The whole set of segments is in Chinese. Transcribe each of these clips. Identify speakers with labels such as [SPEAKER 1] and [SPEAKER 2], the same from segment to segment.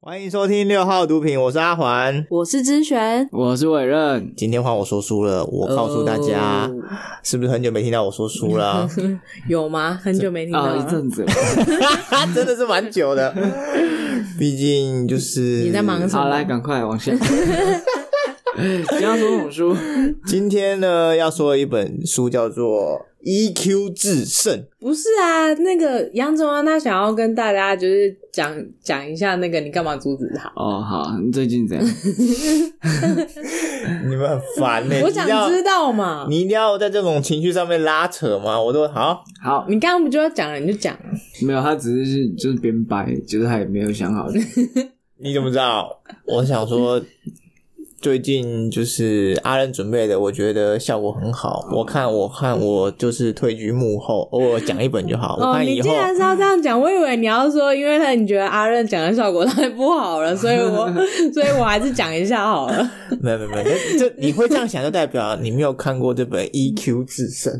[SPEAKER 1] 欢迎收听六号毒品，我是阿环。
[SPEAKER 2] 我是知璇。
[SPEAKER 3] 我是伟任，
[SPEAKER 1] 今天换我说书了，我告诉大家是不是很久没听到我说书 了？
[SPEAKER 2] 哦有吗？很久没听到
[SPEAKER 3] 啊，
[SPEAKER 2] 了
[SPEAKER 3] 一阵子了。
[SPEAKER 1] 真的是蛮久的，毕竟就是
[SPEAKER 2] 你在忙什么
[SPEAKER 3] 好，来，赶快 往下。不要说我书，
[SPEAKER 1] 今天呢，要说一本书叫做《EQ 制胜》，
[SPEAKER 2] 不是啊，那个杨总啊，他想要跟大家就是讲讲一下那个，你干嘛阻止他？
[SPEAKER 3] 哦，好，你最近怎样？
[SPEAKER 1] 你们很烦呢、欸
[SPEAKER 2] 我
[SPEAKER 1] 你一定要
[SPEAKER 2] 想知道嘛。
[SPEAKER 1] 你一定要在这种情绪上面拉扯吗？我都好，
[SPEAKER 3] 好，
[SPEAKER 2] 你刚刚不就要讲了，你就讲了。
[SPEAKER 3] 没有，他只是就是边掰，就是他也没有想好。
[SPEAKER 1] 你怎么知道？ 我想说，最近就是阿任准备的，我觉得效果很好。我看，我看，我就是退居幕后，偶尔讲一本就好。我
[SPEAKER 2] 哦，
[SPEAKER 1] 看
[SPEAKER 2] 你
[SPEAKER 1] 以后
[SPEAKER 2] 竟然是要这样讲，我以为你要说，因为他你觉得阿任讲的效果太不好了，所以我所以我还是讲一下好了。
[SPEAKER 1] 没有没有没有，这这你会这样想，就代表你没有看过这本 E《EQ 制胜》。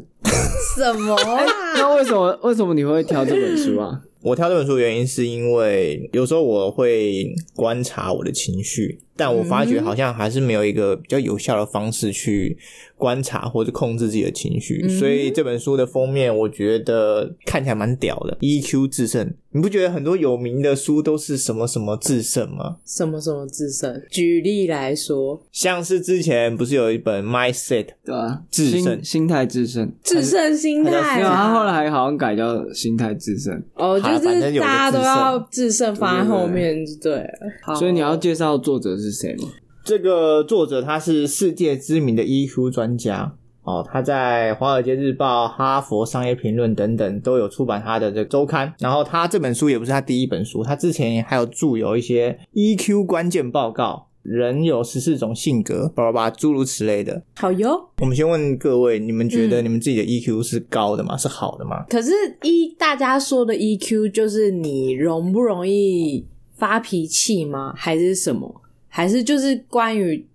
[SPEAKER 2] 什么啦？
[SPEAKER 3] 那为什么为什么你会挑这本书 啊？
[SPEAKER 1] 我挑这本书的原因是因为有时候我会观察我的情绪，但我发觉好像还是没有一个比较有效的方式去观察或者控制自己的情绪，
[SPEAKER 2] 嗯
[SPEAKER 1] 所以这本书的封面我觉得看起来蛮屌的，EQ 制胜。你不觉得很多有名的书都是什么什么制胜吗？
[SPEAKER 2] 什么什么自胜？举例来说，
[SPEAKER 1] 像是之前不是有一本 Mindset
[SPEAKER 3] 对啊，
[SPEAKER 1] 制胜
[SPEAKER 3] 心心态制胜。
[SPEAKER 2] 自胜心
[SPEAKER 3] 没
[SPEAKER 2] 态
[SPEAKER 3] 有，他
[SPEAKER 2] 啊。
[SPEAKER 3] 后来还好像改叫心态制胜，
[SPEAKER 1] 好
[SPEAKER 2] 哦，就
[SPEAKER 1] 反正
[SPEAKER 2] 是
[SPEAKER 1] 有个
[SPEAKER 2] 大家都
[SPEAKER 1] 自胜
[SPEAKER 2] 要自胜放在后面，对了。好
[SPEAKER 3] 所以你要介绍作者是谁吗？
[SPEAKER 1] 这个作者他是世界知名的 EQ 专家哦，他在《华尔街日报》《哈佛商业评论》等等都有出版他的这个周刊。然后他这本书也不是他第一本书，他之前还有著有一些 EQ 关键报告。人有十四种性格，巴拉巴拉诸如此类的。
[SPEAKER 2] 好哟。
[SPEAKER 1] 我们先问各位，你们觉得
[SPEAKER 2] 嗯
[SPEAKER 1] 你们自己的 EQ 是高的吗？是好的吗？
[SPEAKER 2] 可是一大家说的 EQ 就是你容不容易发脾气吗？还是什么？还是就是关于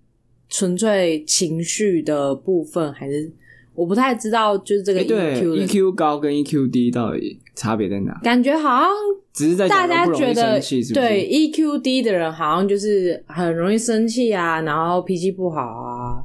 [SPEAKER 2] 纯粹情绪的部分？还是我不太知道，就是这个
[SPEAKER 3] 诶对，E
[SPEAKER 2] EQ E 的、
[SPEAKER 3] ，EQ 高跟 EQ 低到底差别在哪？
[SPEAKER 2] 感觉好像
[SPEAKER 3] 只是在
[SPEAKER 2] 大
[SPEAKER 3] 讲
[SPEAKER 2] 家
[SPEAKER 3] 容不容
[SPEAKER 2] 觉
[SPEAKER 3] 易
[SPEAKER 2] 得
[SPEAKER 3] 生气，是不是？
[SPEAKER 2] 对 EQ 低的人好像就是很容易生气啊，然后脾气不好啊。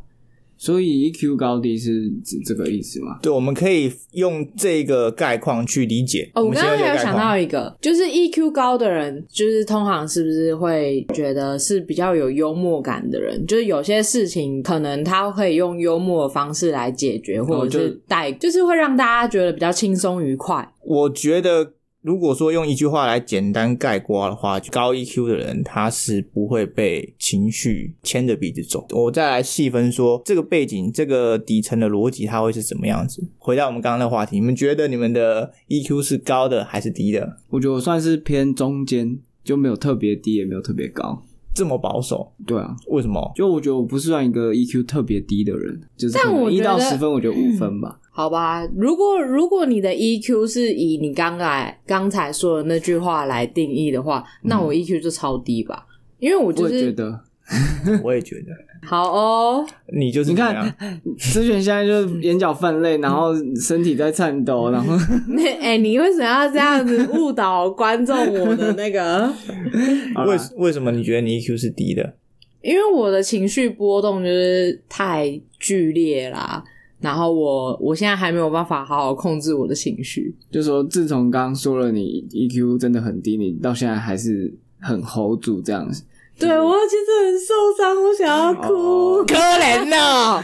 [SPEAKER 3] 所以 EQ 高低是指这个意思吗？
[SPEAKER 1] 对，我们可以用这个概况去理解。
[SPEAKER 2] 哦，我
[SPEAKER 1] 们
[SPEAKER 2] 刚
[SPEAKER 1] 先
[SPEAKER 2] 刚
[SPEAKER 1] 用这个
[SPEAKER 2] 还有
[SPEAKER 1] 概
[SPEAKER 2] 想
[SPEAKER 1] 况
[SPEAKER 2] 到一个，就是 EQ 高的人，就是通常是不是会觉得是比较有幽默感的人？就是有些事情可能他会用幽默的方式来解决，或者
[SPEAKER 3] 哦就是
[SPEAKER 2] 带，就是会让大家觉得比较轻松愉快。
[SPEAKER 1] 我觉得，如果说用一句话来简单概括的话，高 EQ 的人他是不会被情绪牵着鼻子走。我再来细分说，这个背景、这个底层的逻辑，它会是怎么样子？回到我们刚刚的话题，你们觉得你们的 EQ 是高的还是低的？
[SPEAKER 3] 我觉得我算是偏中间，就没有特别低，也没有特别高。
[SPEAKER 1] 这么保守，
[SPEAKER 3] 对啊，
[SPEAKER 1] 为什么？
[SPEAKER 3] 就我觉得我不是算一个 EQ 特别低的人，就是
[SPEAKER 2] 但
[SPEAKER 3] 可能
[SPEAKER 2] 我
[SPEAKER 3] 一
[SPEAKER 2] 觉
[SPEAKER 3] 到
[SPEAKER 2] 得
[SPEAKER 3] 十分，我觉得五分吧。
[SPEAKER 2] 好吧，如果如果你的 EQ 是以你刚才刚才说的那句话来定义的话，那我 EQ 就超低吧，因为我嗯就
[SPEAKER 3] 嗯我也觉
[SPEAKER 2] 是
[SPEAKER 3] 得，
[SPEAKER 1] 我也觉得，
[SPEAKER 2] 好哦，
[SPEAKER 1] 你就是
[SPEAKER 3] 你
[SPEAKER 1] 怎么
[SPEAKER 3] 看
[SPEAKER 1] 样，
[SPEAKER 3] 思璇现在就是眼角泛泪，然后身体在颤 抖，然后
[SPEAKER 2] 那哎、你为什么要这样子误导观众我的那个？
[SPEAKER 3] 好啦
[SPEAKER 1] 为为什么你觉得你 EQ 是低的？
[SPEAKER 2] 因为我的情绪波动就是太剧烈啦，然后我我现在还没有办法好好控制我的情绪。
[SPEAKER 3] 就说自从刚刚说了你 EQ 真的很低，你到现在还是很 hold 住这样子。
[SPEAKER 2] 对我其实很受伤，我想要哭
[SPEAKER 3] 哦。
[SPEAKER 1] 可怜呐！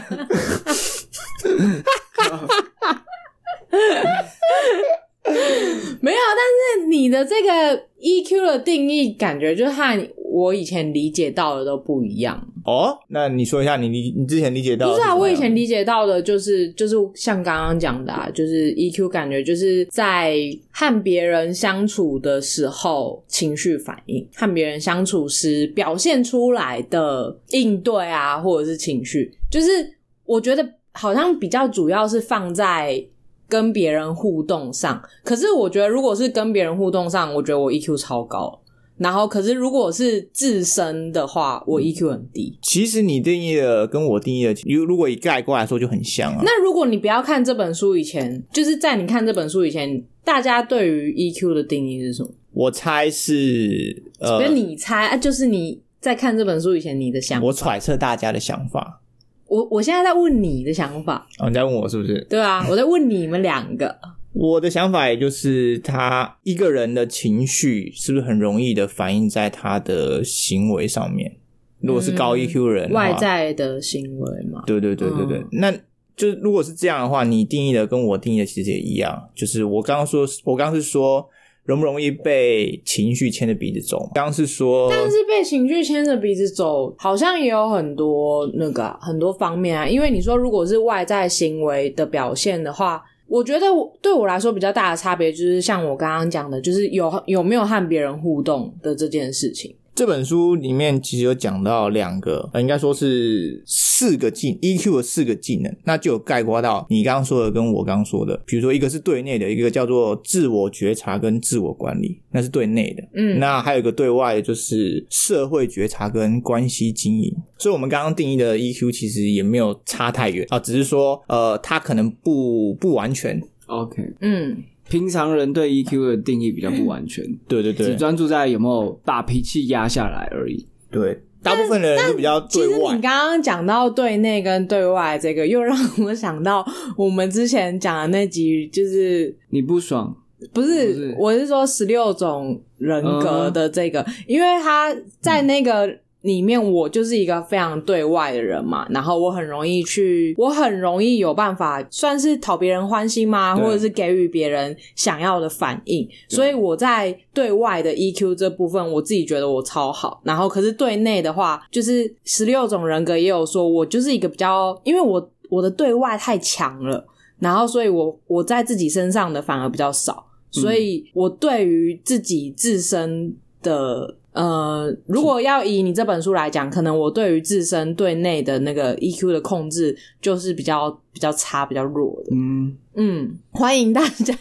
[SPEAKER 2] 没有，但是你的这个 EQ 的定义，感觉就和我以前理解到的都不一样。
[SPEAKER 1] 哦，那你说一下你理你之前理解到
[SPEAKER 2] 不
[SPEAKER 1] 的
[SPEAKER 2] 是
[SPEAKER 1] 什
[SPEAKER 2] 啊，
[SPEAKER 1] 么
[SPEAKER 2] 我以前理解到的就是就是像刚刚讲的、啊，就是 EQ 感觉就是在和别人相处的时候情绪反应，和别人相处时表现出来的应对啊，或者是情绪，就是我觉得好像比较主要是放在。跟别人互动上，可是我觉得如果是跟别人互动上，我觉得我 EQ 超高。然后，可是如果是自身的话，我 EQ 很低。
[SPEAKER 1] 其实你定义的跟我定义的，如如果以概括来说就很像啊。
[SPEAKER 2] 那如果你不要看这本书以前，就是在你看这本书以前，大家对于 EQ E 的定义是什么？
[SPEAKER 1] 我猜是呃
[SPEAKER 2] 不是，你猜啊，就是你在看这本书以前你的想法。
[SPEAKER 1] 我揣测大家的想法。
[SPEAKER 2] 我我现在在问你的 想法，
[SPEAKER 1] 哦，你在问我是不是？
[SPEAKER 2] 对啊，我在问你们两个。
[SPEAKER 1] 我的想法也就是，他一个人的情绪是不是很容易的反映在他的行为上面？如果是高
[SPEAKER 2] 嗯
[SPEAKER 1] EQ 人的话、
[SPEAKER 2] 外在的行为嘛，
[SPEAKER 1] 对对对对对，
[SPEAKER 2] 嗯
[SPEAKER 1] 那就是如果是这样的话，你定义的跟我定义的其实也一样，就是我刚刚说，我刚刚是说容不容易被情绪牵着鼻子走嘛，刚刚是说，
[SPEAKER 2] 但是被情绪牵着鼻子走，好像也有很多那个啊很多方面啊。因为你说如果是外在行为的表现的话，我觉得我对我来说比较大的差别就是像我刚刚讲的，就是有有没有和别人互动的这件事情。
[SPEAKER 1] 这本书里面其实有讲到两个，呃，应该说是四个技 EQ 的四个技能，那就有概括到你刚刚说的跟我刚刚说的，比如说一个是对内的，一个叫做自我觉察跟自我管理，那是对内的。
[SPEAKER 2] 嗯，
[SPEAKER 1] 那还有一个对外的就是社会觉察跟关系经营，所以我们刚刚定义的 EQ 其实也没有差太远啊，只是说呃，它可能不不完全，
[SPEAKER 3] OK，
[SPEAKER 2] 嗯，
[SPEAKER 3] 平常人对 EQ 的定义比较不完全，
[SPEAKER 1] 对对
[SPEAKER 3] 只
[SPEAKER 1] 对
[SPEAKER 3] 专注在有没有把脾气压下来而已。
[SPEAKER 1] 对，大部分的人都比较
[SPEAKER 2] 其
[SPEAKER 1] 对
[SPEAKER 2] 实你
[SPEAKER 1] 外
[SPEAKER 2] 刚，刚讲到对内跟对外这个，又让我想到我们之前讲的那集，就是
[SPEAKER 3] 你不爽，
[SPEAKER 2] 不是，
[SPEAKER 3] 不是嗯
[SPEAKER 2] 我是说十六种人格的这个，因为他在那个里面，我就是一个非常对外的人嘛，然后我很容易去，我很容易有办法算是讨别人欢心吗？
[SPEAKER 1] 对
[SPEAKER 2] 或者是给予别人想要的反应，所以我在对外的 EQ 这部分，我自己觉得我超好。然后可是对内的话，就是十六种人格也有说，我就是一个比较，因为我我的对外太强了。然后所以我我在自己身上的反而比较少，
[SPEAKER 3] 嗯
[SPEAKER 2] 所以我对于自己自身的。呃，如果要以你这本书来讲，可能我对于自身对内的那个 EQ 的控制就是比较比较差、比较弱的。
[SPEAKER 3] 嗯，
[SPEAKER 2] 嗯，欢迎大家，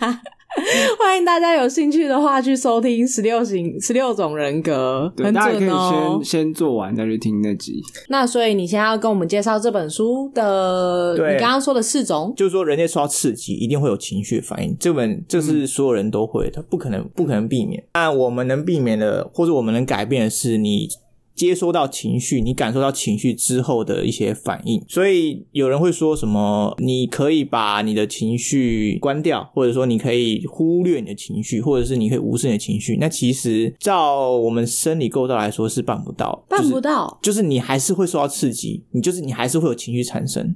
[SPEAKER 2] 欢迎大家有兴趣的话去收听十六型十六种人格，
[SPEAKER 3] 对，
[SPEAKER 2] 很
[SPEAKER 3] 大家可
[SPEAKER 2] 准
[SPEAKER 3] 以
[SPEAKER 2] 哦
[SPEAKER 3] 先。先做完再去听那集。
[SPEAKER 2] 那所以你现在要跟我们介绍这本书的，
[SPEAKER 1] 对
[SPEAKER 2] 你刚刚说的四种，
[SPEAKER 1] 就是说人类受到刺激一定会有情绪反应，这本这是所有人都会的，不可能不可能避免。但我们能避免的，或者我们能改变的是你。接收到情绪，你感受到情绪之后的一些反应，所以有人会说什么？你可以把你的情绪关掉，或者说你可以忽略你的情绪，或者是你可以无视你的情绪。那其实照我们生理构造来说是办不到，
[SPEAKER 2] 办
[SPEAKER 1] 就是
[SPEAKER 2] 不到。
[SPEAKER 1] 就是你还是会受到刺激，你就是你还是会有情绪产生，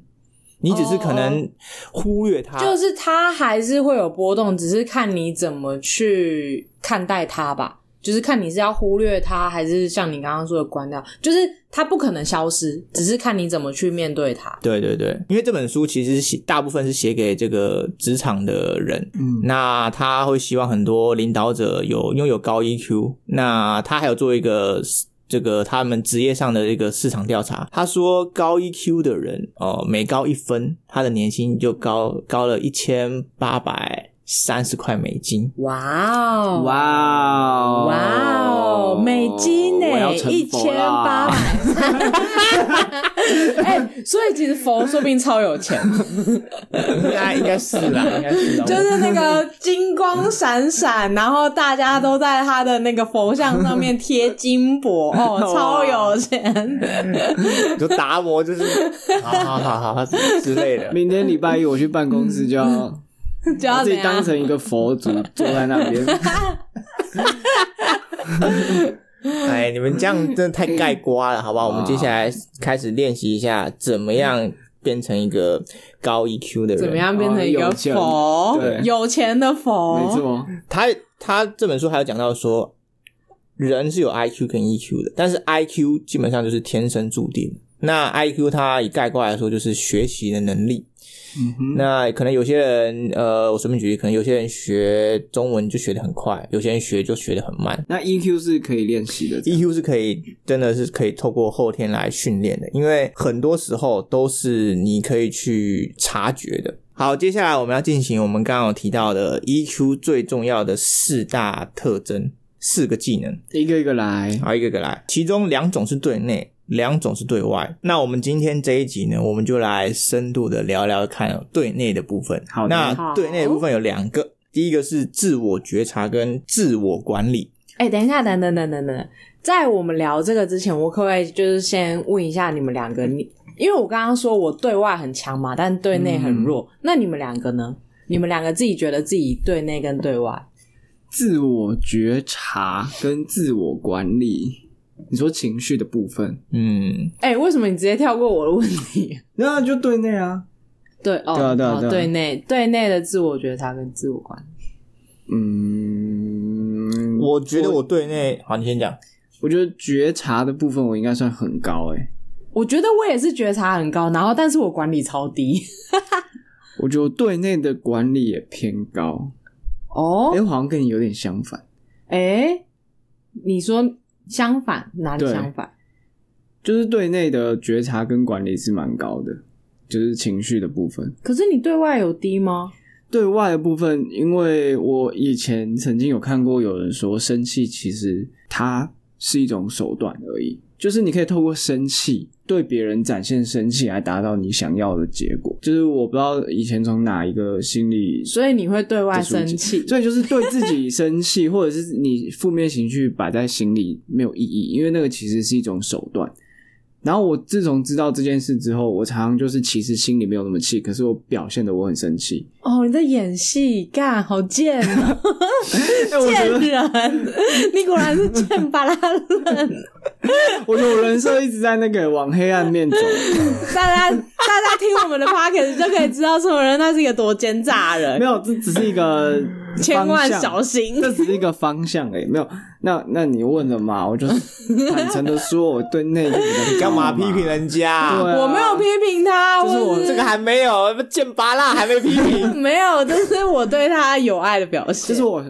[SPEAKER 1] 你只是可能忽略它。
[SPEAKER 2] 哦就是它还是会有波动，只是看你怎么去看待它吧。就是看你是要忽略它，还是像你刚刚说的关掉。就是它不可能消失，只是看你怎么去面对它。
[SPEAKER 1] 对对对，因为这本书其实是写大部分是写给这个职场的人，
[SPEAKER 3] 嗯，
[SPEAKER 1] 那他会希望很多领导者有拥有高 EQ，那他还有做一个。这个他们职业上的一个市场调查，他说高 EQ 的人，哦，每高一分，他的年薪就高高了一千八百三十块美 金。
[SPEAKER 2] 哇哦！
[SPEAKER 3] 嗯哇哦，
[SPEAKER 2] 哇哦，美金呢
[SPEAKER 3] 我要，成
[SPEAKER 2] 一
[SPEAKER 3] 佛
[SPEAKER 2] 千八
[SPEAKER 3] 啦
[SPEAKER 2] 百。 哎，所以其实佛说不定超有钱，
[SPEAKER 1] 应该应该是啦，应该是啦。
[SPEAKER 2] 就是那个金光闪闪，然后大家都在他的那个佛像上面贴金 箔，哦，超有钱。
[SPEAKER 1] 就达摩就是 好好好好之类的。
[SPEAKER 3] 明天礼拜一我去办公室 就要
[SPEAKER 2] 就要
[SPEAKER 3] 把自
[SPEAKER 2] 怎
[SPEAKER 3] 己当
[SPEAKER 2] 样？
[SPEAKER 3] 成一个 佛祖坐在那边。
[SPEAKER 1] 哎，你们这样真的太盖瓜了，好不好？我们接下来开始练习一下，怎么样变成一个高 EQ 的人？
[SPEAKER 2] 怎么？样变成一个佛？
[SPEAKER 3] 有哦钱对
[SPEAKER 2] 有钱的佛，
[SPEAKER 3] 没。错，
[SPEAKER 1] 他他这本书还有讲到说，人是有 IQ 跟 EQ 的，但是 IQ 基本上就是天生注定的。那 IQ 它以概括来说就是学习的能力，
[SPEAKER 3] 嗯哼，
[SPEAKER 1] 那可能有些人，呃，我随便举例，可能有些人学中文就学得很快，有些人学就学得很慢。
[SPEAKER 3] 那 EQ 是可以练习的。
[SPEAKER 1] EQ ，E 是可以，真的是可以透过后天来训练的，因为很多时候都是你可以去察觉的。好，接下来我们要进行我们刚刚有提到的 EQ 最重要的四大特征，四个技能。
[SPEAKER 3] 一个一个来，
[SPEAKER 1] 好，一个一个来，其中两种是对内，两种是对外。那我们今天这一集呢，我们就来深度的聊聊看对内的部分。
[SPEAKER 3] 好的
[SPEAKER 1] 那
[SPEAKER 2] 好
[SPEAKER 1] 对内的部分有两个，第一个是自我觉察跟自我管理。
[SPEAKER 2] 哎、等一下，等等等等等，在我们聊这个之前，我可不可以就是先问一下你们两个？你因为我刚刚说我对外很强嘛，但对内很弱，
[SPEAKER 3] 嗯
[SPEAKER 2] 那你们两个呢？你们两个自己觉得自己对内跟对外，
[SPEAKER 3] 自我觉察跟自我管理，你说情绪的部分，
[SPEAKER 1] 嗯，
[SPEAKER 2] 哎、为什么你直接跳过我的问题？
[SPEAKER 3] 那就对内啊，
[SPEAKER 2] 对哦，
[SPEAKER 3] 对啊对啊
[SPEAKER 2] 哦
[SPEAKER 3] 对啊
[SPEAKER 2] 对内对内的自我觉察跟自我管理。
[SPEAKER 3] 嗯，我
[SPEAKER 1] 我觉得我对内，好，你先讲。
[SPEAKER 3] 我觉得觉察的部分我应该算很高诶、欸
[SPEAKER 2] 我觉得我也是觉察很高，然后但是我管理超低。
[SPEAKER 3] 我觉得我对内的管理也偏高，
[SPEAKER 2] 哦
[SPEAKER 3] 哎、，我好像跟你有点相反，
[SPEAKER 2] 哎、你说相反哪里
[SPEAKER 3] 对
[SPEAKER 2] 相反？
[SPEAKER 3] 就是对内的觉察跟管理是蛮高的，就是情绪的部分。
[SPEAKER 2] 可是你对外有低吗？
[SPEAKER 3] 对外的部分，因为我以前曾经有看过有人说，生气其实它是一种手段而已，就是你可以透过生气对别人展现生气，来达到你想要的结果。就是我不知道以前从哪一个心理
[SPEAKER 2] 所以你会对外
[SPEAKER 3] 的书
[SPEAKER 2] 生
[SPEAKER 3] 籍
[SPEAKER 2] 气，
[SPEAKER 3] 所以就是对自己生气，或者是你负面情绪摆在心里没有意义，因为那个其实是一种手段。然后我自从知道这件事之后，我常常就是其实心里没有那么气，可是我表现的我很生气。
[SPEAKER 2] 哦，你在演戏，干好贱 哦，
[SPEAKER 3] 哎
[SPEAKER 2] 贱人！你果然是贱巴拉人。
[SPEAKER 3] 我觉得我人设一直在那个往黑暗面走，
[SPEAKER 2] 大家大家听我们的 p o c k e t 就可以知道，什么人他是一个多奸诈
[SPEAKER 3] 没
[SPEAKER 2] 人，
[SPEAKER 3] 有，这只是一个
[SPEAKER 2] 千
[SPEAKER 3] 方
[SPEAKER 2] 万
[SPEAKER 3] 向
[SPEAKER 2] 小心。
[SPEAKER 3] 这只是一个方向哎、没有。那那你问了嘛？我就坦诚的说，我对内就比 较
[SPEAKER 1] 你干嘛
[SPEAKER 3] 高
[SPEAKER 1] 批评人家？
[SPEAKER 3] 对啊
[SPEAKER 2] 我没有批评他，
[SPEAKER 3] 就是我
[SPEAKER 2] 是
[SPEAKER 1] 这个还没有，剑拔辣还没批评。
[SPEAKER 2] 没有，这是我对他有爱的表现。
[SPEAKER 3] 这是我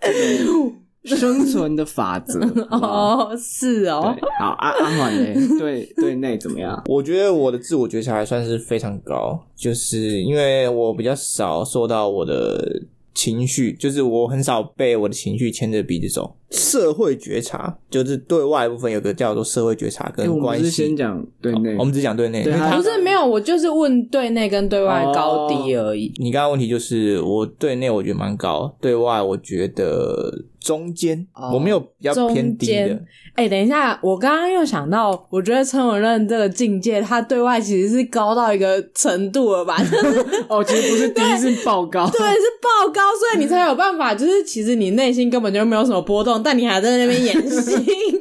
[SPEAKER 3] 这个生存的法则。好不好
[SPEAKER 2] 哦，是哦，
[SPEAKER 3] 对好，阿阿缓呢？对对内怎么样？
[SPEAKER 1] 我觉得我的自我觉察还算是非常高，就是因为我比较少受到我的情绪，就是我很少被我的情绪牵着鼻子走。社会觉察就是对外部分有个叫做社会觉察
[SPEAKER 3] 哎
[SPEAKER 1] 跟
[SPEAKER 3] 我们
[SPEAKER 1] 关
[SPEAKER 3] 不是先
[SPEAKER 1] 系。哦
[SPEAKER 3] 讲对内，
[SPEAKER 1] 我们只讲嗯对内，
[SPEAKER 3] 对
[SPEAKER 1] 因为
[SPEAKER 3] 他
[SPEAKER 1] 它
[SPEAKER 2] 不是没有，我就是问对内跟对外高低而
[SPEAKER 3] 嗯
[SPEAKER 2] 已。
[SPEAKER 1] 你刚刚问题就是我对内我觉得蛮高，对外我觉得中间，
[SPEAKER 2] 哦
[SPEAKER 1] 我没有比较偏低
[SPEAKER 2] 中
[SPEAKER 1] 的
[SPEAKER 2] 间。哎、等一下，我刚刚又想到，我觉得陈永任这个境界，他对外其实是高到一个程度 了吧？就是
[SPEAKER 3] 哦，其实不是第一是报告，
[SPEAKER 2] 对，是爆高，所以你才有办法。就是其实你内心根本就没有什么波动，但你还在那边演 戏，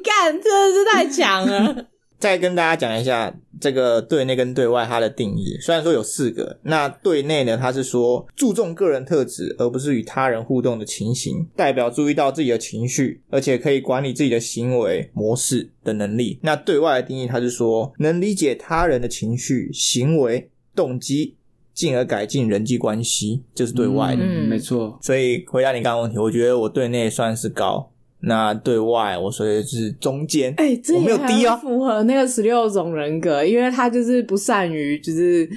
[SPEAKER 2] 干真的是太强了。
[SPEAKER 1] 再跟大家讲一下这个对内跟对外它的定义。虽然说有四个，那对内呢，它是说注重个人特质，而不是与他人互动的情形，代表注意到自己的情绪，而且可以管理自己的行为模式的能力。那对外的定义，它是说能理解他人的情绪、行为、动机，进而改进人际关系，这是对外的。
[SPEAKER 3] 嗯
[SPEAKER 2] 嗯
[SPEAKER 3] 没错。
[SPEAKER 1] 所以回答你刚刚的问题，我觉得我对内算是高，那对外我所以是中间。
[SPEAKER 2] 哎、这
[SPEAKER 1] 我没
[SPEAKER 2] 也
[SPEAKER 1] 有低
[SPEAKER 2] 很
[SPEAKER 1] 哦
[SPEAKER 2] 符合那个十六种人格，因为他就是不善于就是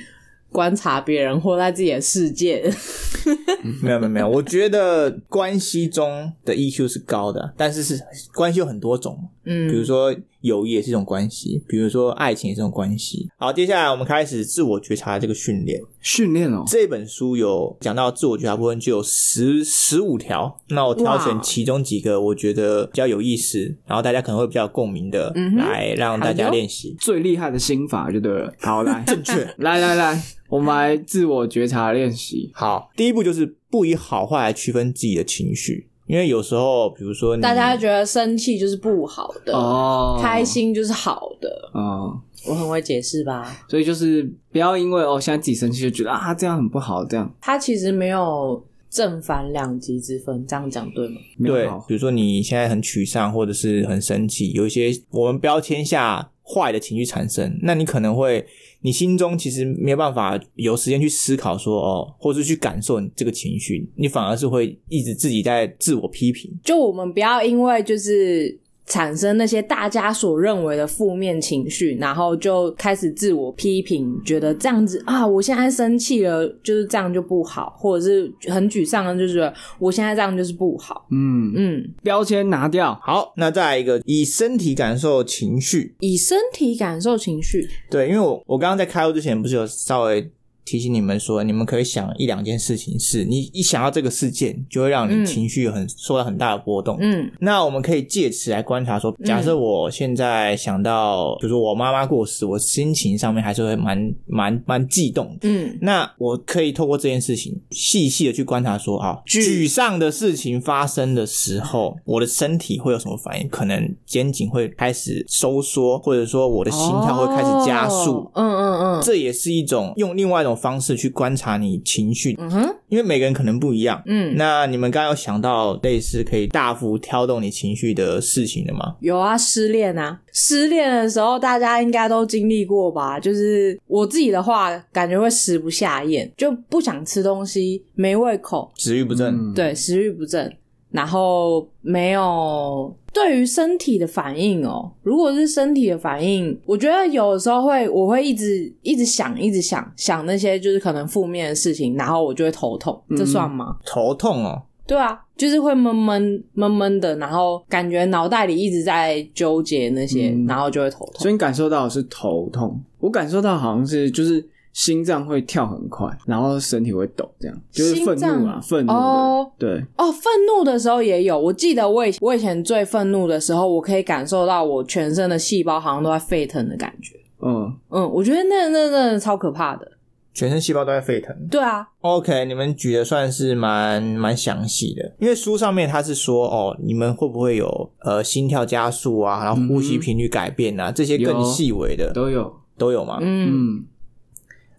[SPEAKER 2] 观察别人，活在自己的世界。
[SPEAKER 1] 没有没有没有，我觉得关系中的 EQ 是高的，但是是关系有很多种，比如
[SPEAKER 2] 嗯，
[SPEAKER 1] 说友谊也是一种关系，比如说爱情也是一种关系。好，接下来我们开始自我觉察这个训练。
[SPEAKER 3] 训练哦，
[SPEAKER 1] 这本书有讲到自我觉察部分就有十十五条，那我挑选
[SPEAKER 2] 哇
[SPEAKER 1] 其中几个我觉得比较有意思，然后大家可能会比较有共鸣的，
[SPEAKER 2] 嗯哼
[SPEAKER 1] 来让大
[SPEAKER 2] 好
[SPEAKER 1] 家
[SPEAKER 2] 哟
[SPEAKER 1] 练习。
[SPEAKER 3] 最厉害的心法就对 了。好，来
[SPEAKER 1] 正确，
[SPEAKER 3] 来来来，我们来自我觉察练习。
[SPEAKER 1] 好，第一步就是不以好坏来区分自己的情绪，因为有时候，比如说你
[SPEAKER 2] 大家觉得生气就是不好的，
[SPEAKER 3] 哦，
[SPEAKER 2] 开心就是好的。
[SPEAKER 3] 哦，
[SPEAKER 2] 我很会解释吧？
[SPEAKER 3] 所以就是不要因为哦现在自己生气就觉得啊这样很不好，这样
[SPEAKER 2] 他其实没有正反两极之分，这样讲对吗？
[SPEAKER 3] 没有
[SPEAKER 1] 对
[SPEAKER 3] 好，
[SPEAKER 1] 比如说你现在很沮丧或者是很生气，有一些我们标签下坏的情绪产生，那你可能会，你心中其实没有办法有时间去思考说哦，或是去感受你这个情绪，你反而是会一直自己在自我批评。
[SPEAKER 2] 就我们不要因为就是产生那些大家所认为的负面情绪，然后就开始自我批评，觉得这样子啊，我现在生气了，就是这样就不好，或者是很沮丧的，就觉得我现在这样就是不好。
[SPEAKER 3] 嗯，
[SPEAKER 2] 嗯，
[SPEAKER 3] 标签拿掉，
[SPEAKER 1] 好，那再来一个，以身体感受情绪，
[SPEAKER 2] 以身体感受情绪，
[SPEAKER 1] 对，因为我我刚刚在开录之前不是有稍微提醒你们说，你们可以想一两件事情是，你一想到这个事件，就会让
[SPEAKER 2] 嗯
[SPEAKER 1] 你情绪很、受到很大的波动。
[SPEAKER 2] 嗯
[SPEAKER 1] 那我们可以借此来观察说，假设我现在想到，比如说我妈妈过世，我心情上面还是会蛮蛮蛮悸动的。
[SPEAKER 2] 嗯
[SPEAKER 1] 那我可以透过这件事情，细细的去观察说，啊，
[SPEAKER 2] 沮
[SPEAKER 1] 沮丧的事情发生的时候，我的身体会有什么反应？可能肩颈会开始收缩，或者说我的心跳会开始加速
[SPEAKER 2] 哦。嗯嗯嗯，
[SPEAKER 1] 这也是一种用另外一种方式去观察你情绪，
[SPEAKER 2] 嗯哼，
[SPEAKER 1] 因为每个人可能不一样。
[SPEAKER 2] 嗯，
[SPEAKER 1] 那你们刚刚有想到类似可以大幅挑动你情绪的事情的吗？
[SPEAKER 2] 有啊，失恋啊，失恋的时候大家应该都经历过吧？就是我自己的话，感觉会食不下咽，就不想吃东西，没胃口，
[SPEAKER 1] 食欲不振，
[SPEAKER 3] 嗯
[SPEAKER 2] 对，食欲不振，然后没有对于身体的反应哦。如果是身体的反应，我觉得有时候会，我会一直一直想，一直想想那些就是可能负面的事情，然后我就会头痛，这
[SPEAKER 3] 嗯
[SPEAKER 2] 算吗？
[SPEAKER 1] 头痛哦，
[SPEAKER 2] 对啊，就是会闷闷闷闷的，然后感觉脑袋里一直在纠结那些，
[SPEAKER 3] 嗯
[SPEAKER 2] 然后就会头痛。
[SPEAKER 3] 所以你感受到的是头痛，我感受到好像是就是心脏会跳很快，然后身体会抖，这样就是愤怒啊，
[SPEAKER 2] 心脏
[SPEAKER 3] 愤怒的
[SPEAKER 2] 哦
[SPEAKER 3] 对，
[SPEAKER 2] 哦，愤怒的时候也有。我记得我以我以前最愤怒的时候，我可以感受到我全身的细胞好像都在沸腾的感觉。
[SPEAKER 3] 嗯，
[SPEAKER 2] 嗯，我觉得那那那超可怕的。
[SPEAKER 1] 全身细胞都在沸腾。
[SPEAKER 2] 对啊，
[SPEAKER 1] OK，你们举的算是蛮蛮详细的，因为书上面它是说哦，你们会不会有呃心跳加速啊，然后呼吸
[SPEAKER 3] 嗯哼
[SPEAKER 1] 频率改变啊，这些更
[SPEAKER 3] 有
[SPEAKER 1] 细微的
[SPEAKER 3] 都有，
[SPEAKER 1] 都有吗？
[SPEAKER 2] 嗯，
[SPEAKER 3] 嗯，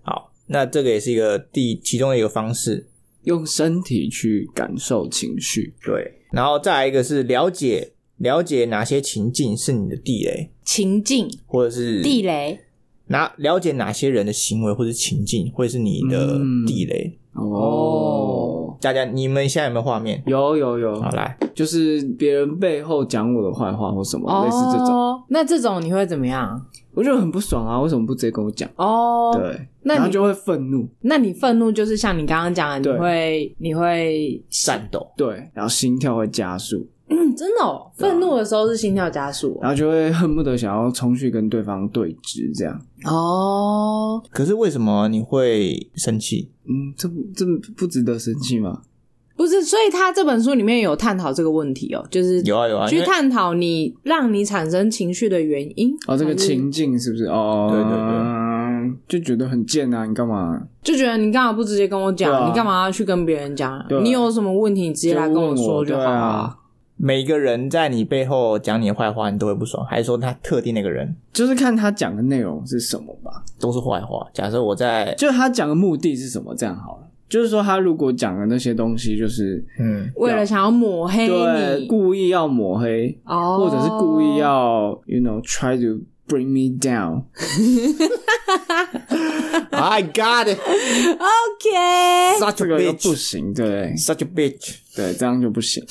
[SPEAKER 1] 好，那这个也是一个第其中的一个方式。
[SPEAKER 3] 用身体去感受情绪，
[SPEAKER 1] 对，然后再来一个是了解了解哪些情境是你的地雷，
[SPEAKER 2] 情境
[SPEAKER 3] 嗯
[SPEAKER 1] 或者是
[SPEAKER 2] 地雷，
[SPEAKER 1] 哪了解哪些人的行为或者情境会是你的
[SPEAKER 3] 嗯
[SPEAKER 1] 地雷？
[SPEAKER 3] 哦，
[SPEAKER 1] 大家你们现在有没有画面？
[SPEAKER 3] 有有有
[SPEAKER 1] 好，来，
[SPEAKER 3] 就是别人背后讲我的坏话或什么、类似这种，
[SPEAKER 2] 哦，那这种你会怎么样？
[SPEAKER 3] 我就很不爽啊，为什么不直接跟我讲？
[SPEAKER 2] 哦，
[SPEAKER 3] 对，
[SPEAKER 2] 那你
[SPEAKER 3] 然后就会愤怒，
[SPEAKER 2] 那你愤怒就是像你刚刚讲的，
[SPEAKER 3] 对
[SPEAKER 2] 你会你会
[SPEAKER 1] 战斗。
[SPEAKER 3] 对，然后心跳会加速，
[SPEAKER 2] 嗯，真的哦，
[SPEAKER 3] 对啊
[SPEAKER 2] 愤怒的时候是心跳加速
[SPEAKER 3] 然后就会恨不得想要冲去跟对方对峙，这样。
[SPEAKER 2] 哦。
[SPEAKER 1] 可是为什么你会生气？
[SPEAKER 3] 嗯，这不这不不值得生气吗？
[SPEAKER 2] 不是，所以他这本书里面有探讨这个问题哦，就是
[SPEAKER 1] 有啊有啊，因
[SPEAKER 2] 去
[SPEAKER 1] 为
[SPEAKER 2] 探讨你让你产生情绪的原因。
[SPEAKER 3] 哦，这个
[SPEAKER 2] 还是
[SPEAKER 3] 情境是不是？哦，
[SPEAKER 1] 对对
[SPEAKER 3] 对，就觉得很贱啊！你干嘛？
[SPEAKER 2] 就觉得你干嘛不直接跟我讲？
[SPEAKER 3] 对啊
[SPEAKER 2] 你干嘛要去跟别人讲啊？
[SPEAKER 3] 对
[SPEAKER 2] 你有什么问题，你直接来跟
[SPEAKER 3] 就问
[SPEAKER 2] 说
[SPEAKER 3] 我
[SPEAKER 2] 就好
[SPEAKER 3] 对
[SPEAKER 2] 了、
[SPEAKER 3] 啊
[SPEAKER 1] 每个人在你背后讲你的坏话，你都会不爽，还是说他特定那个人
[SPEAKER 3] 就是看他讲的内容是什么吧，
[SPEAKER 1] 都是坏话？假设我 在，
[SPEAKER 3] 就是他讲的目的是什么，这样好了。就是说，他如果讲的那些东西，就是
[SPEAKER 1] 嗯，
[SPEAKER 2] 为了想要抹黑
[SPEAKER 3] 对
[SPEAKER 2] 你，
[SPEAKER 3] 故意要抹黑，
[SPEAKER 2] 哦，
[SPEAKER 3] 或者是故意啊要，you know try to bring me down，
[SPEAKER 1] I got it,
[SPEAKER 2] OK，
[SPEAKER 1] such
[SPEAKER 3] 这
[SPEAKER 1] a
[SPEAKER 3] 个又不
[SPEAKER 1] bitch,
[SPEAKER 3] 行，对不对
[SPEAKER 1] such a bitch。
[SPEAKER 3] 对，这样就不行。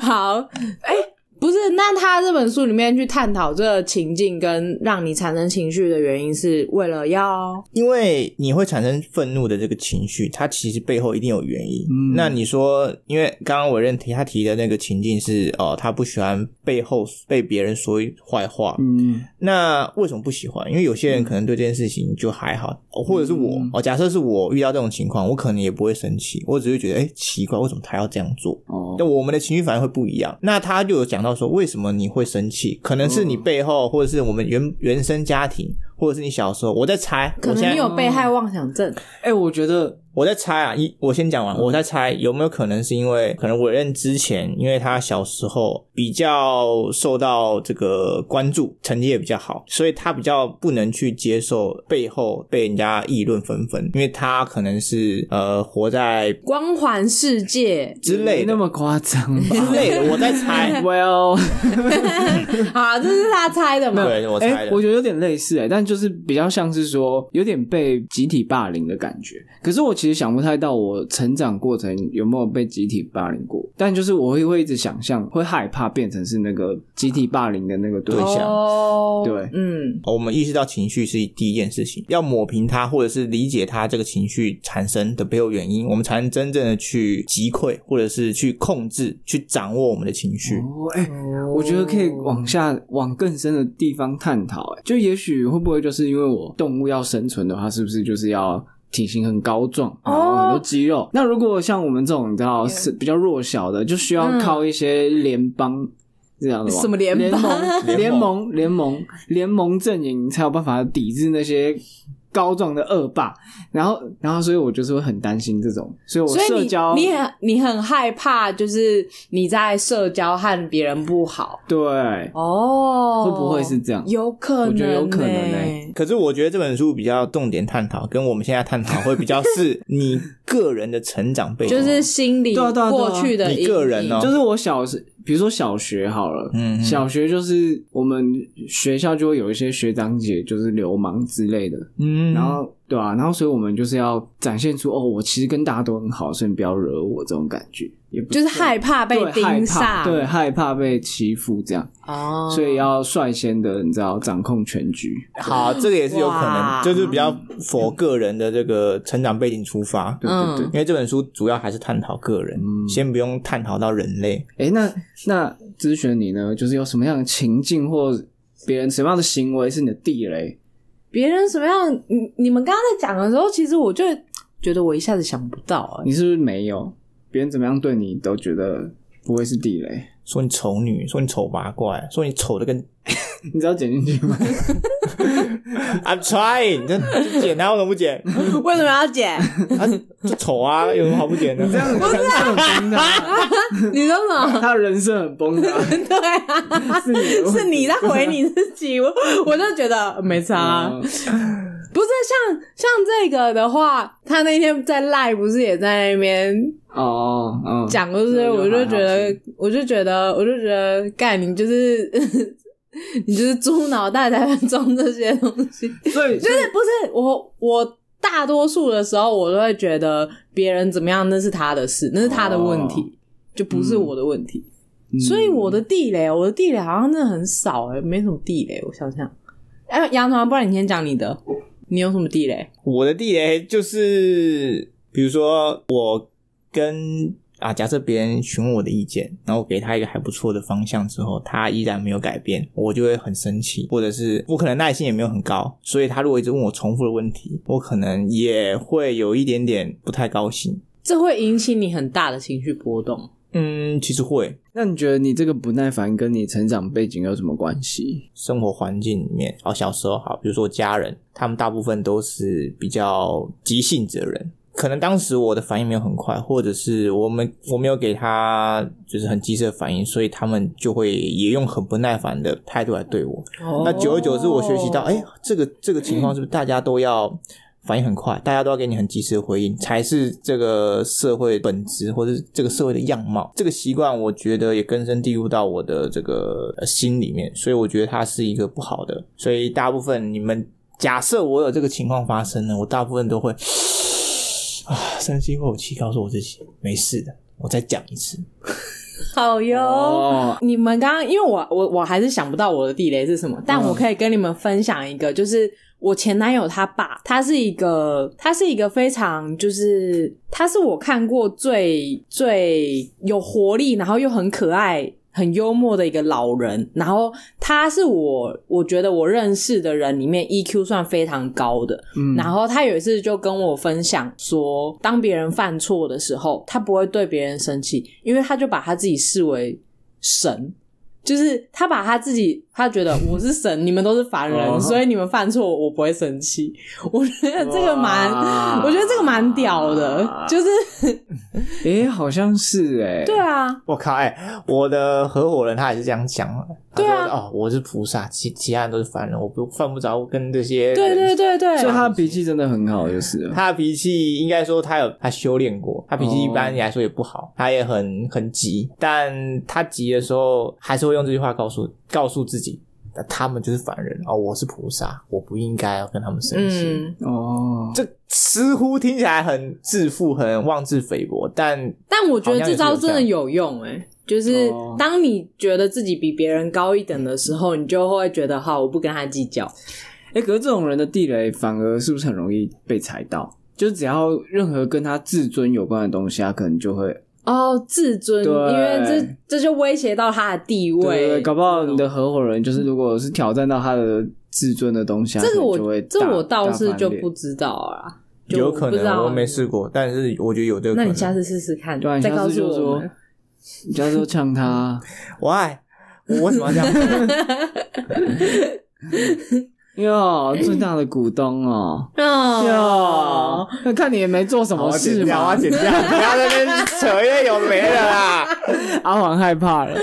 [SPEAKER 2] 好，哎、不是，那他这本书里面去探讨这个情境跟让你产生情绪的原因，是为了要
[SPEAKER 1] 因为你会产生愤怒的这个情绪，它其实背后一定有原因。
[SPEAKER 3] 嗯
[SPEAKER 1] 那你说，因为刚刚我认提他提的那个情境是，哦，他不喜欢背后被别人说坏话。
[SPEAKER 3] 嗯，
[SPEAKER 1] 那为什么不喜欢？因为有些人可能对这件事情就还好，哦或者是我、
[SPEAKER 3] 嗯
[SPEAKER 1] 哦，假设是我遇到这种情况，我可能也不会生气，我只会觉得，哎，奇怪，为什么他要这样做？
[SPEAKER 3] 哦
[SPEAKER 1] 那，我们的情绪反而会不一样。那他就有讲到说，为什么你会生气？可能是
[SPEAKER 3] 嗯
[SPEAKER 1] 你背后，或者是我们原原生家庭，或者是你小时候。我在猜，
[SPEAKER 2] 可
[SPEAKER 1] 我现
[SPEAKER 2] 能
[SPEAKER 1] 在
[SPEAKER 2] 你有被害妄想症，
[SPEAKER 3] 嗯哎、我觉得
[SPEAKER 1] 我在猜啊，一我先讲
[SPEAKER 3] 嗯
[SPEAKER 1] 完，我在猜有没有可能是因为可能委任之前，因为他小时候比较受到这个关注，成绩也比较好，所以他比较不能去接受背后被人家议论纷纷，因为他可能是呃活在
[SPEAKER 2] 光环世 界
[SPEAKER 1] 之类
[SPEAKER 3] 没那
[SPEAKER 1] 的
[SPEAKER 3] 么夸张吧
[SPEAKER 1] 之类的，我在猜，
[SPEAKER 3] ？Well，
[SPEAKER 2] 啊，这是他猜的嘛？
[SPEAKER 1] 对我
[SPEAKER 3] 哎、
[SPEAKER 1] 猜的，
[SPEAKER 3] 我觉得有点类似哎、但就是比较像是说有点被集体霸凌的感觉。可是我其其实想不太到我成长过程有没有被集体霸凌过，但就是我会会一直想象，会害怕变成是那个集体霸凌的那个对象。
[SPEAKER 2] 哦
[SPEAKER 3] 对
[SPEAKER 2] 嗯，
[SPEAKER 1] 我们意识到情绪是第一件事情，要抹平它，或者是理解它这个情绪产生的背后原因，我们才能真正的去击溃，或者是去控制、去掌握我们的情绪。
[SPEAKER 3] 哦，哎、我觉得可以
[SPEAKER 2] 哦
[SPEAKER 3] 往下往更深的地方探讨，哎，就也许会不会就是因为我动物要生存的话，是不是就是要体型很高壮，
[SPEAKER 2] 哦
[SPEAKER 3] 然后很多肌肉？那如果像我们这种你知道是比较弱小的，就需要
[SPEAKER 2] 嗯
[SPEAKER 3] 靠一些联邦。这样的网
[SPEAKER 2] 什么联
[SPEAKER 3] 联
[SPEAKER 2] 邦
[SPEAKER 3] 盟、联
[SPEAKER 1] 联
[SPEAKER 3] 盟、联盟、联盟阵营才有办法抵制那些高壮的恶霸，然后，然后，所以我就是会很担心这种，所以我
[SPEAKER 2] 所以
[SPEAKER 3] 社
[SPEAKER 2] 你
[SPEAKER 3] 交
[SPEAKER 2] 你很你很害怕，就是你在社交和别人不好
[SPEAKER 3] 对
[SPEAKER 2] 哦，
[SPEAKER 3] 会不会是这样
[SPEAKER 2] 有可能欸，
[SPEAKER 3] 我觉得有可能欸
[SPEAKER 1] 可是我觉得这本书比较重点探讨，跟我们现在探讨会比较 是你个人的成长背景，
[SPEAKER 2] 欸就是心理
[SPEAKER 3] 对啊对啊对啊
[SPEAKER 2] 过去的
[SPEAKER 1] 你
[SPEAKER 2] 阴影
[SPEAKER 1] 个人哦
[SPEAKER 3] 就是我小时，比如说小学好了，
[SPEAKER 1] 嗯
[SPEAKER 3] 小学就是我们学校就会有一些学长姐就是流氓之类的，
[SPEAKER 1] 嗯，
[SPEAKER 3] 然后对啊，然后所以我们就是要展现出哦，我其实跟大家都很好，所以你不要惹我这种感觉，也不
[SPEAKER 2] 就是害怕被
[SPEAKER 3] 对害
[SPEAKER 2] 盯
[SPEAKER 3] 怕
[SPEAKER 2] 上，
[SPEAKER 3] 对害怕被欺负这样，
[SPEAKER 2] 哦，
[SPEAKER 3] 所以要率先的你知道掌控全局，
[SPEAKER 1] 好，这个也是有可
[SPEAKER 2] 哇
[SPEAKER 1] 能，就是比较否个人的这个成长背景出发。
[SPEAKER 3] 对对对
[SPEAKER 2] 嗯。
[SPEAKER 1] 因为这本书主要还是探讨个人，
[SPEAKER 3] 嗯
[SPEAKER 1] 先不用探讨到人类。
[SPEAKER 3] 哎，那那咨询你呢，就是有什么样的情境或别人什么样的行为是你的地雷？
[SPEAKER 2] 别人什么样？你你们刚刚在讲的时候，其实我就觉得我一下子想不到、 欸，
[SPEAKER 3] 你是不是没有？别人怎么样对你都觉得不会是地雷？
[SPEAKER 1] 说你丑女，说你丑八怪，说你丑的跟
[SPEAKER 3] 你只要剪进 去吗？
[SPEAKER 1] I'm trying，这这剪它为什么不剪？
[SPEAKER 2] 为什么要剪？
[SPEAKER 1] 啊，就丑啊，有什么好不剪的？
[SPEAKER 3] 这样人设很崩塌，
[SPEAKER 2] 你说什么？
[SPEAKER 3] 啊 他人设很崩塌，
[SPEAKER 2] 对啊，
[SPEAKER 3] 是你的问题
[SPEAKER 2] 是你在回你自己，我我就觉得没差、
[SPEAKER 3] 啊，
[SPEAKER 2] 不是像像这个的话，他那天在赖不是也在那边
[SPEAKER 3] 哦，嗯，
[SPEAKER 2] 讲，就是
[SPEAKER 3] 那就
[SPEAKER 2] 我就觉
[SPEAKER 3] 还好
[SPEAKER 2] 得，我就觉得，我就觉得，干你就是 你就是猪脑袋才会装这些东西。
[SPEAKER 3] 所以
[SPEAKER 2] 就是不是我我大多数的时候，我都会觉得别人怎么样那是他的事，那是他的问题，
[SPEAKER 3] 哦
[SPEAKER 2] 就不是我的问题。
[SPEAKER 3] 嗯
[SPEAKER 2] 所以我的地雷，我的地雷好像真的很少哎、没什么地雷。我想想，哎、杨团，不然你先讲你的，你有什么地雷？
[SPEAKER 1] 我的地雷就是，比如说我跟啊，假设别人询问我的意见，然后我给他一个还不错的方向之后，他依然没有改变，我就会很生气，或者是我可能耐心也没有很高，所以他如果一直问我重复的问题，我可能也会有一点点不太高兴。
[SPEAKER 2] 这会引起你很大的情绪波动。
[SPEAKER 1] 嗯，其实会
[SPEAKER 3] 那你觉得你这个不耐烦跟你成长背景有什么关系？
[SPEAKER 1] 生活环境里面，哦，小时候好，比如说我家人，他们大部分都是比较急性子的人，可能当时我的反应没有很快，或者是我们我没有给他就是很及时的反应，所以他们就会也用很不耐烦的态度来对我。那久而久之，我学习
[SPEAKER 2] 哦
[SPEAKER 1] 到，哎、这个这个情况是不是大家都要反应很快，大家都要给你很及时的回应，才是这个社会本质或者是这个社会的样貌。这个习惯，我觉得也根深蒂固到我的这个呃心里面，所以我觉得它是一个不好的。所以大部分你们假设我有这个情况发生呢，我大部分都会 啊深吸一口气，告诉我自己没事的，我再讲一次。
[SPEAKER 2] 好哟。
[SPEAKER 3] 哦，
[SPEAKER 2] 你们刚刚，因为我我我还是想不到我的地雷是什么，但
[SPEAKER 3] 嗯
[SPEAKER 2] 我可以跟你们分享一个，就是我前男友他爸，他是一个他是一个非常就是他是我看过最最有活力，然后又很可爱。很幽默的一个老人，然后他是我，我觉得我认识的人里面 EQ 算非常高的，
[SPEAKER 3] 嗯，
[SPEAKER 2] 然后他有一次就跟我分享说，当别人犯错的时候，他不会对别人生气，因为他就把他自己视为神，就是他把他自己，他觉得我是神，你们都是凡
[SPEAKER 3] 哦
[SPEAKER 2] 人，所以你们犯错我不会生气。我觉得这个蛮，
[SPEAKER 3] 哇
[SPEAKER 2] 我觉得这个蛮屌的，就是
[SPEAKER 3] 哎，好像是哎，
[SPEAKER 2] 对啊，
[SPEAKER 1] 我靠！哎、我的合伙人他也是这样想的。他说
[SPEAKER 2] 对啊
[SPEAKER 1] 哦，我是菩萨，其其他人都是凡人，我不犯不着跟这些人。
[SPEAKER 2] 对对对对，
[SPEAKER 3] 所以他的脾气真的很好，就是了
[SPEAKER 1] 他的脾气应该说他有他修炼过，他脾气一
[SPEAKER 2] 哦
[SPEAKER 1] 般来说也不好，他也很很急，但他急的时候还是会用这句话告诉告诉自己，那他们就是凡人哦，我是菩萨，我不应该要跟他们生气。
[SPEAKER 2] 嗯，
[SPEAKER 3] 哦，
[SPEAKER 1] 这似乎听起来很自负、很妄自菲薄，但
[SPEAKER 2] 但我觉得这
[SPEAKER 1] 好像
[SPEAKER 2] 招
[SPEAKER 1] 也是有
[SPEAKER 2] 真的有用哎、就是
[SPEAKER 3] 哦
[SPEAKER 2] 当你觉得自己比别人高一等的时候，你就会觉得好，我不跟他计较。
[SPEAKER 3] 哎、可是这种人的地雷反而是不是很容易被踩到？就是只要任何跟他自尊有关的东西，他可能就会
[SPEAKER 2] 哦，自尊，因
[SPEAKER 3] 对
[SPEAKER 2] 为这这就威胁到他的地位，
[SPEAKER 3] 搞不好你的合伙人就是如果是挑战到他的自尊的东西，
[SPEAKER 2] 这个
[SPEAKER 3] 他可能就
[SPEAKER 2] 我
[SPEAKER 3] 会
[SPEAKER 2] 这
[SPEAKER 3] 大
[SPEAKER 2] 我倒是
[SPEAKER 3] 大
[SPEAKER 2] 就
[SPEAKER 3] 翻脸
[SPEAKER 2] 不知道啊，就
[SPEAKER 1] 有
[SPEAKER 2] 我
[SPEAKER 1] 可
[SPEAKER 2] 不知道
[SPEAKER 1] 能
[SPEAKER 2] 啊
[SPEAKER 1] 我没试。过，但是我觉得有这个可
[SPEAKER 2] 那
[SPEAKER 1] 能。
[SPEAKER 2] 你下次试试看，
[SPEAKER 3] 对啊，你
[SPEAKER 2] 再
[SPEAKER 3] 下
[SPEAKER 2] 告
[SPEAKER 3] 次
[SPEAKER 2] 诉
[SPEAKER 3] 就
[SPEAKER 2] 我
[SPEAKER 3] 说
[SPEAKER 2] 们。，
[SPEAKER 3] 你下次就呛他，
[SPEAKER 1] Why？我为什么要这样？
[SPEAKER 3] 哟，最大的股东哦，哟
[SPEAKER 2] 哦，，
[SPEAKER 3] 那看你也没做什
[SPEAKER 1] 好
[SPEAKER 3] 么
[SPEAKER 1] 我剪
[SPEAKER 3] 事
[SPEAKER 1] 掉，我
[SPEAKER 3] 嘛
[SPEAKER 1] 要，剪掉，不要在那边扯一些有没的啦。
[SPEAKER 3] 阿黄害怕了。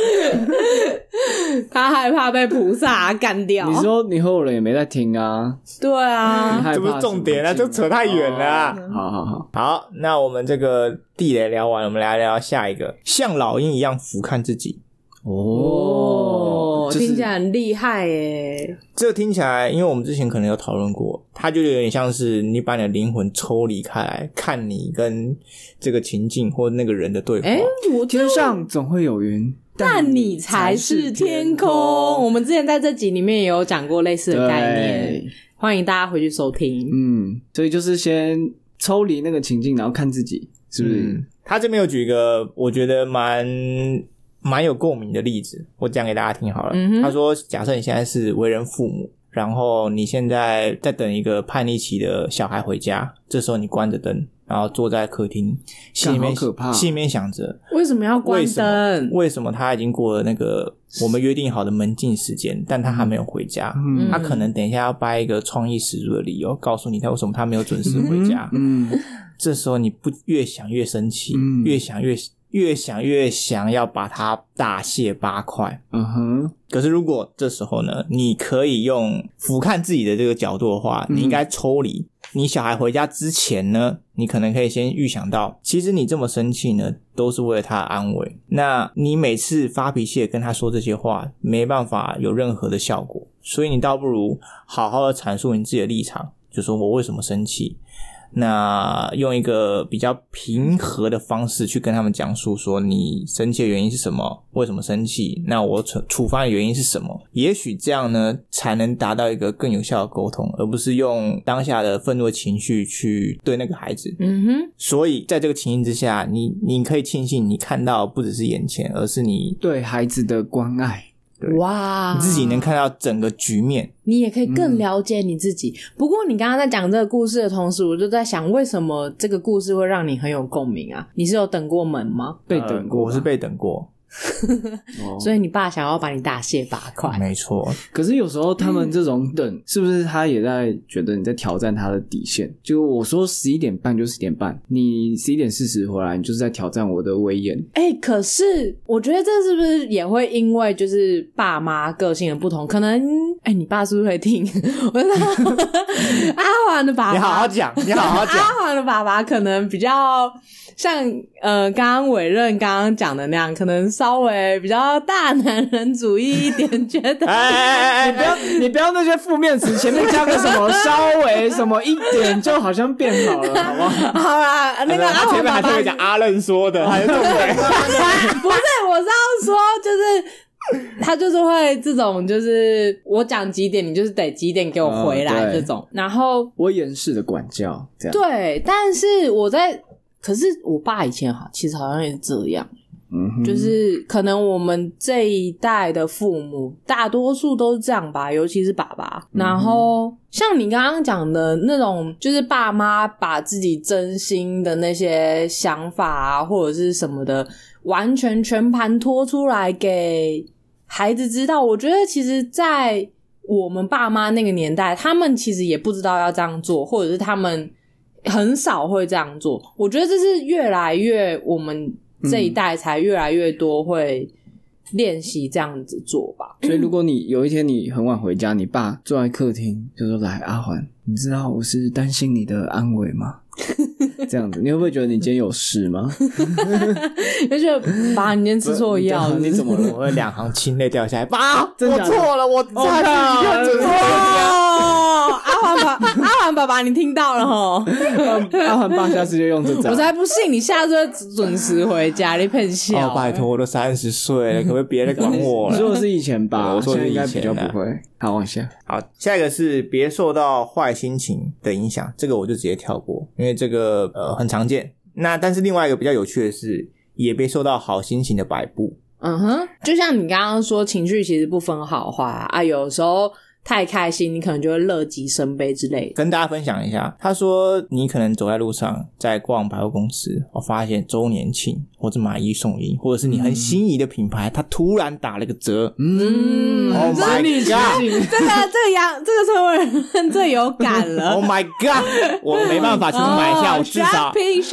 [SPEAKER 2] 他害怕被菩萨干掉。
[SPEAKER 3] 你说你合伙人也没在听啊，
[SPEAKER 2] 对
[SPEAKER 3] 你
[SPEAKER 2] 啊，
[SPEAKER 3] 害怕
[SPEAKER 1] 这不是重点啊
[SPEAKER 3] 什么
[SPEAKER 1] 这扯太远了啊
[SPEAKER 3] 哦好好好，
[SPEAKER 1] 好，那我们这个地雷聊完，我们来聊下一个，像老鹰一样俯瞰自己。哦
[SPEAKER 2] 哦，
[SPEAKER 3] 就是
[SPEAKER 2] 听起来很厉害耶。
[SPEAKER 1] 这听起来，因为我们之前可能有讨论过，它就有点像是你把你的灵魂抽离开来，看你跟这个情境或那个人的对话。
[SPEAKER 2] 哎，我
[SPEAKER 3] 天上总会有云，
[SPEAKER 2] 但你才是天空。我们之前在这集里面也有讲过类似的概念，
[SPEAKER 3] 对，
[SPEAKER 2] 欢迎大家回去收听。
[SPEAKER 3] 嗯，所以就是先抽离那个情境，然后看自己是不是？
[SPEAKER 1] 嗯，他这边有举一个我觉得蛮蛮有共鸣的例子，我讲给大家听好了。
[SPEAKER 2] 嗯哼
[SPEAKER 1] 他说，假设你现在是为人父母，然后你现在在等一个叛逆期的小孩回家，这时候你关着灯，然后坐在客厅，心里面
[SPEAKER 3] 干好可怕
[SPEAKER 1] 心里面想着
[SPEAKER 2] 为什么要关
[SPEAKER 1] 为什么
[SPEAKER 2] 灯？
[SPEAKER 1] 为什么他已经过了那个我们约定好的门禁时间，但他还没有回家？
[SPEAKER 3] 嗯
[SPEAKER 1] 他可能等一下要掰一个创意十足的理由，告诉你他为什么他没有准时回家。
[SPEAKER 3] 嗯，
[SPEAKER 1] 这时候你不越想越生气，
[SPEAKER 3] 嗯
[SPEAKER 1] 越想越越想越想要把它大卸八块。
[SPEAKER 3] 嗯哼，
[SPEAKER 1] 可是如果这时候呢，你可以用俯瞰自己的这个角度的话，
[SPEAKER 3] 嗯
[SPEAKER 1] 你应该抽离。你小孩回家之前呢，你可能可以先预想到，其实你这么生气呢，都是为了他的安危。那你每次发脾气地跟他说这些话，没办法有任何的效果，所以你倒不如好好的阐述你自己的立场，就说我为什么生气。那用一个比较平和的方式去跟他们讲述，说你生气的原因是什么，为什么生气，那我处处罚的原因是什么？也许这样呢，才能达到一个更有效的沟通，而不是用当下的愤怒的情绪去对那个孩子。
[SPEAKER 2] 嗯哼，
[SPEAKER 1] 所以，在这个情形之下，你你可以庆幸你看到不只是眼前，而是你
[SPEAKER 3] 对孩子的关爱，
[SPEAKER 1] 对
[SPEAKER 2] 哇，
[SPEAKER 1] 你自己能看到整个局面。
[SPEAKER 2] 你也可以更了解你自己。不过你刚刚在讲这个故事的同时，我就在想，为什么这个故事会让你很有共鸣啊？你是有等过门吗？
[SPEAKER 3] 被等
[SPEAKER 1] 呃
[SPEAKER 3] 过吧，
[SPEAKER 1] 我是被等过，
[SPEAKER 3] 哦
[SPEAKER 2] 所以你爸想要把你大卸八块。
[SPEAKER 1] 没错，
[SPEAKER 3] 可是有时候他们这种等，是不是他也在觉得你在挑战他的底线？就我说十一点半就十点半，你十一点四十回来，你就是在挑战我的威严。
[SPEAKER 2] 哎、可是我觉得这是不是也会因为就是爸妈个性的不同，可能哎、你爸是不是会听？我知 道阿华的爸
[SPEAKER 1] 你好
[SPEAKER 2] 爸
[SPEAKER 1] 好讲，你好 好讲。
[SPEAKER 2] 阿华的爸爸可能比较像呃，刚刚委任刚刚讲的那样，可能稍微比较大男人主义一点，觉 得
[SPEAKER 1] 哎哎哎哎，
[SPEAKER 3] 不要，你不要那些负面词，前面加个什么稍微什么一点，就好像变好了，好不好？
[SPEAKER 2] 好啦，那个 阿
[SPEAKER 1] 他
[SPEAKER 2] 华
[SPEAKER 1] 哎前面
[SPEAKER 2] 爸
[SPEAKER 1] 还
[SPEAKER 2] 爸
[SPEAKER 1] 特别 讲阿任说的，还有重点。
[SPEAKER 2] 不是，我是要说，就是他就是会这种，就是我讲几点，你就是得几点给我回
[SPEAKER 3] 嗯
[SPEAKER 2] 来
[SPEAKER 3] 对
[SPEAKER 2] 这种。然后
[SPEAKER 3] 我严式的管教这样。，
[SPEAKER 2] 对，但是我在，可是我爸以前好，其实好像也是这样，
[SPEAKER 3] 嗯哼，
[SPEAKER 2] 就是可能我们这一代的父母大多数都是这样吧，尤其是爸爸。然后像你刚刚讲的那种，就是爸妈把自己真心的那些想法啊，或者是什么的，完全全盘托出来给孩子知道。我觉得其实，在我们爸妈那个年代，他们其实也不知道要这样做，或者是他们很少会这样做。我觉得这是越来越我们这一代才越来越多会练习这样子做 吧。
[SPEAKER 3] 所以如果你有一天你很晚回家，你爸坐啊 在客厅就说：“来，阿环，你知道我是担心你的安危吗？”这样子，你会不会觉得你今天有事吗？
[SPEAKER 2] 而且爸，你今天吃错药
[SPEAKER 3] 对啊
[SPEAKER 2] 了，
[SPEAKER 3] 你怎么了？
[SPEAKER 1] 我会两行清泪掉下来，爸，
[SPEAKER 3] 真
[SPEAKER 1] 我
[SPEAKER 3] 假的
[SPEAKER 1] 错了，我
[SPEAKER 3] 哦
[SPEAKER 1] 再次
[SPEAKER 3] 看
[SPEAKER 1] 看准
[SPEAKER 2] 哦，阿环爸，阿环爸爸，你听到了吼？
[SPEAKER 3] 阿环爸下次就用这招
[SPEAKER 2] 我。才不信你下周准时回家，你骗笑。
[SPEAKER 1] 哦，拜托，我都三十岁了，可不可以别再管我
[SPEAKER 3] 你
[SPEAKER 1] 了？
[SPEAKER 3] 说的是以前吧，
[SPEAKER 1] 我说
[SPEAKER 3] 现
[SPEAKER 1] 的
[SPEAKER 3] 在
[SPEAKER 1] 是
[SPEAKER 3] 应
[SPEAKER 1] 以前
[SPEAKER 3] 该
[SPEAKER 1] 啊
[SPEAKER 3] 比较不会。好，往下。
[SPEAKER 1] 好，下一个是别受到坏心情的影响，这个我就直接跳过，因为这个呃很常见。那但是另外一个比较有趣的是，也别受到好心情的摆布。
[SPEAKER 2] 嗯哼，就像你刚刚说，情绪其实不分好坏啊，啊有时候太开心，你可能就会乐极生悲之类的。
[SPEAKER 1] 跟大家分享一下，他说你可能走在路上，在逛百货公司，我发现周年庆或者买一送一，或者是你很心仪的品牌，它突然打了个折。
[SPEAKER 3] 嗯
[SPEAKER 1] Oh my
[SPEAKER 3] 身临其
[SPEAKER 1] God
[SPEAKER 3] 境
[SPEAKER 2] 这个这个杨，这个社会人最有感
[SPEAKER 1] Oh
[SPEAKER 2] 了。
[SPEAKER 1] my god！我没办法去买一 Oh, 下，我至少
[SPEAKER 2] shopping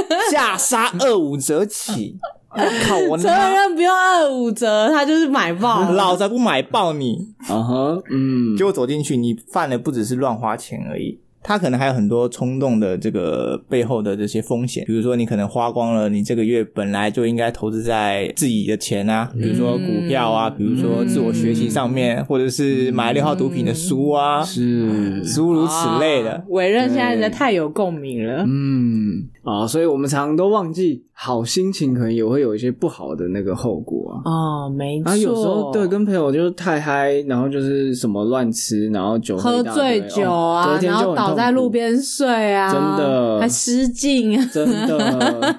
[SPEAKER 2] shopping，
[SPEAKER 1] 下杀二五折起。我靠， 我
[SPEAKER 2] 所有人不用二五折，他就是买爆了。
[SPEAKER 1] 老子还不买爆你！
[SPEAKER 3] 啊哈，嗯，
[SPEAKER 1] 结果走进去，你犯的不只是乱花钱而已，他可能还有很多冲动的这个背后的这些风险，比如说你可能花光了你这个月本来就应该投资在自己的钱啊，比如说股票啊，
[SPEAKER 2] 嗯
[SPEAKER 1] 比如说自我学习上面，或者是买六号毒品的书啊，
[SPEAKER 3] 是
[SPEAKER 1] 诸如此类
[SPEAKER 2] 啊
[SPEAKER 1] 的。
[SPEAKER 2] 伟任现在实在
[SPEAKER 3] 对
[SPEAKER 2] 太有共鸣了。
[SPEAKER 3] 嗯啊，所以我们常都忘记，好心情可能也会有一些不好的那个后果啊。
[SPEAKER 2] 哦，没
[SPEAKER 3] 然
[SPEAKER 2] 错，
[SPEAKER 3] 后有时候对跟朋友就是太嗨，然后就是什么乱吃，然后酒喝
[SPEAKER 2] 喝
[SPEAKER 3] 一大堆
[SPEAKER 2] 醉酒啊，
[SPEAKER 3] 哦隔天
[SPEAKER 2] 然
[SPEAKER 3] 就
[SPEAKER 2] 后
[SPEAKER 3] 很
[SPEAKER 2] 倒在
[SPEAKER 3] 痛苦
[SPEAKER 2] 路，边睡啊，
[SPEAKER 3] 真的
[SPEAKER 2] 还失禁啊。
[SPEAKER 3] 真 的